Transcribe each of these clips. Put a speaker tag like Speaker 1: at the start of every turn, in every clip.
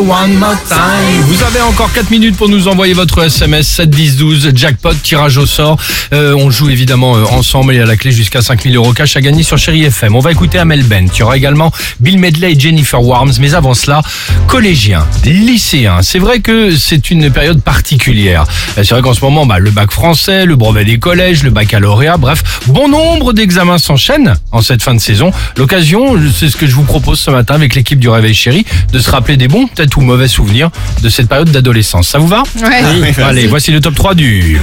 Speaker 1: one more time.
Speaker 2: Vous avez encore 4 minutes pour nous envoyer votre SMS 7 10 12 jackpot tirage au sort. Euh, on joue évidemment euh, ensemble et à la clé jusqu'à 5000 euros cash à gagner sur Chéri FM. On va écouter Amel Bent. Il y aura également Bill Medley et Jennifer Warms. Mais avant cela, collégiens, lycéens. C'est vrai que c'est une période particulière. Euh, C'est vrai qu'en ce moment, bah, le bac français, le brevet des collèges, le baccalauréat, bref, bon nombre d'examens s'enchaînent en cette fin de saison. L'occasion, c'est ce que je vous propose ce matin avec l'équipe du Réveil Chéri, de se rappeler des bons, peut-être ou mauvais souvenirs de cette période d'adolescence. Ça vous va
Speaker 3: Ouais.
Speaker 2: Allez, voici le top 3 du...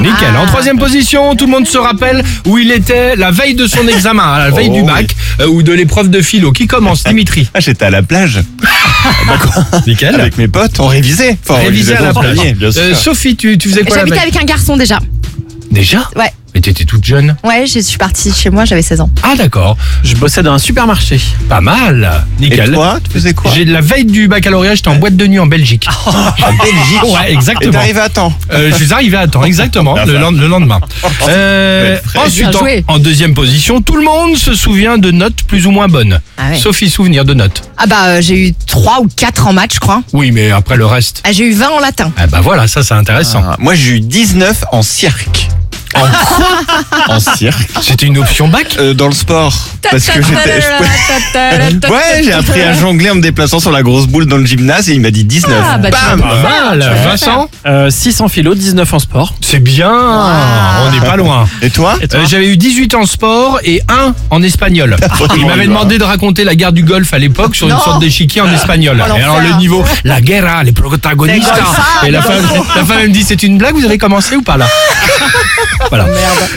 Speaker 2: Nickel. En troisième position, tout le monde se rappelle où il était la veille de son examen, à la veille
Speaker 1: Oh,
Speaker 2: du bac euh, ou de l'épreuve de philo. Qui commence Dimitri.
Speaker 1: Ah, j'étais à la plage
Speaker 2: Nickel.
Speaker 1: avec mes potes, on révisait. Enfin, on
Speaker 2: Révisé à la
Speaker 1: pour
Speaker 2: plage.
Speaker 1: gagner, bien sûr.
Speaker 2: Euh, Sophie, tu, tu faisais quoi la
Speaker 3: J'habitais
Speaker 2: veille
Speaker 3: avec un garçon déjà.
Speaker 2: Déjà
Speaker 3: Ouais.
Speaker 2: Mais t'étais toute jeune.
Speaker 3: Ouais, je suis partie chez moi, j'avais 16 ans.
Speaker 2: Ah d'accord.
Speaker 4: Je bossais dans un supermarché.
Speaker 2: Pas mal. Nickel.
Speaker 1: Et toi, tu faisais quoi Ah,
Speaker 2: J'ai de la veille du baccalauréat, j'étais en boîte de nuit en Belgique.
Speaker 1: En Belgique.
Speaker 2: Ouais,
Speaker 1: Et
Speaker 2: exactement.
Speaker 1: t'arrives à Ah, temps.
Speaker 2: Euh, je suis arrivé à temps, exactement, le, lend- le lendemain. Euh, ensuite,
Speaker 3: Bien joué.
Speaker 2: en, en deuxième position, tout le monde se souvient de notes plus ou moins bonnes.
Speaker 3: Ah ouais.
Speaker 2: Sophie, souvenir de notes.
Speaker 3: Ah bah euh, j'ai eu 3 ou 4 en maths, je crois.
Speaker 2: Oui, mais après le reste.
Speaker 3: Ah, j'ai eu 20 en latin.
Speaker 2: Ah bah voilà, ça c'est intéressant.
Speaker 1: Ah, Moi, j'ai eu 19 en cirque. En En cirque
Speaker 3: Ah.
Speaker 2: C'était une option bac
Speaker 1: Euh, Dans le sport. Parce que j'étais. je- Ouais, j'ai appris à jongler en me déplaçant sur la grosse boule dans le gymnase et il m'a dit 19.
Speaker 3: Ah, bah, tu
Speaker 1: Bam
Speaker 2: Pas mal, Vincent.
Speaker 4: Euh, 6 en philo, 19 en sport.
Speaker 2: C'est bien, on n'est pas loin.
Speaker 1: Et toi
Speaker 4: Et toi
Speaker 2: Euh, J'avais eu 18 en sport et 1 en espagnol.
Speaker 4: Oh,
Speaker 2: Il m'avait demandé de raconter la guerre du Golfe à l'époque sur une
Speaker 3: Non.
Speaker 2: sorte d'échiquier en espagnol.
Speaker 3: Oh,
Speaker 2: et alors
Speaker 3: l'enfer.
Speaker 2: le niveau, la guerre, les protagonistes.
Speaker 3: C'est Golfa,
Speaker 2: Et la femme, la femme elle me dit c'est une blague, vous avez commencé ou pas là Voilà.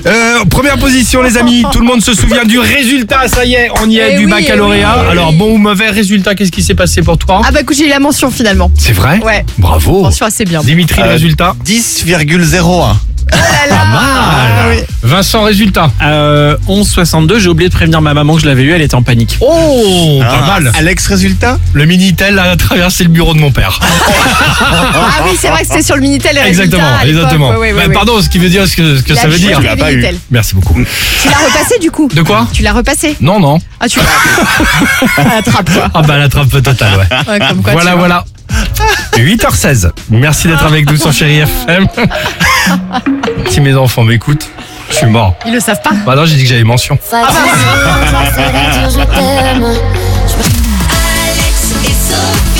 Speaker 2: Euh, première position les amis, tout le monde se souvient du résultat, ça y est, on y est
Speaker 3: Eh
Speaker 2: du
Speaker 3: oui, eh
Speaker 2: baccalauréat.
Speaker 3: oui, eh oui.
Speaker 2: Alors bon ou mauvais résultat, qu'est-ce qui s'est passé pour toi
Speaker 3: Ah bah écoute, j'ai eu la mention finalement.
Speaker 2: C'est vrai
Speaker 3: Ouais.
Speaker 2: Bravo.
Speaker 3: Oh. Mention assez bien.
Speaker 2: Dimitri, le
Speaker 1: Euh,
Speaker 2: résultat
Speaker 1: 10,01.
Speaker 2: Pas
Speaker 3: Ah,
Speaker 2: mal. Vincent, résultat.
Speaker 4: Euh, 11,62, j'ai oublié de prévenir ma maman que je l'avais eu, elle était en panique.
Speaker 2: Oh, pas
Speaker 1: Ah,
Speaker 2: mal.
Speaker 1: Alex, résultat
Speaker 2: Le Minitel a traversé le bureau de mon père.
Speaker 3: Ah oui, c'est vrai que c'était sur le Minitel. les résultats,
Speaker 2: exactement,
Speaker 3: à l'époque.
Speaker 2: exactement.
Speaker 3: Ouais, ouais, ouais,
Speaker 2: Bah,
Speaker 3: ouais.
Speaker 2: Pardon, ce qui veut dire ce que, ce que
Speaker 3: Il
Speaker 2: ça
Speaker 3: a
Speaker 2: veut
Speaker 3: joué
Speaker 2: dire.
Speaker 3: le
Speaker 1: Tu l'as pas eu.
Speaker 3: Minitel.
Speaker 2: Merci beaucoup.
Speaker 3: Tu l'as repassé du coup
Speaker 2: De quoi
Speaker 3: Tu l'as repassé
Speaker 2: Non, non.
Speaker 3: Ah tu l'as. Attrape-toi.
Speaker 2: Ah bah la trappe totale, ouais.
Speaker 3: Ouais, comme quoi,
Speaker 2: voilà,
Speaker 3: tu vois.
Speaker 2: voilà. 8h16. Merci d'être avec nous sur Chéri FM. si mes enfants m'écoutent, je suis mort.
Speaker 3: Ils le savent pas.
Speaker 2: Bah non, j'ai dit que j'avais mention.
Speaker 5: Facile, facile à dire je t'aime.
Speaker 6: Alex et Sophie.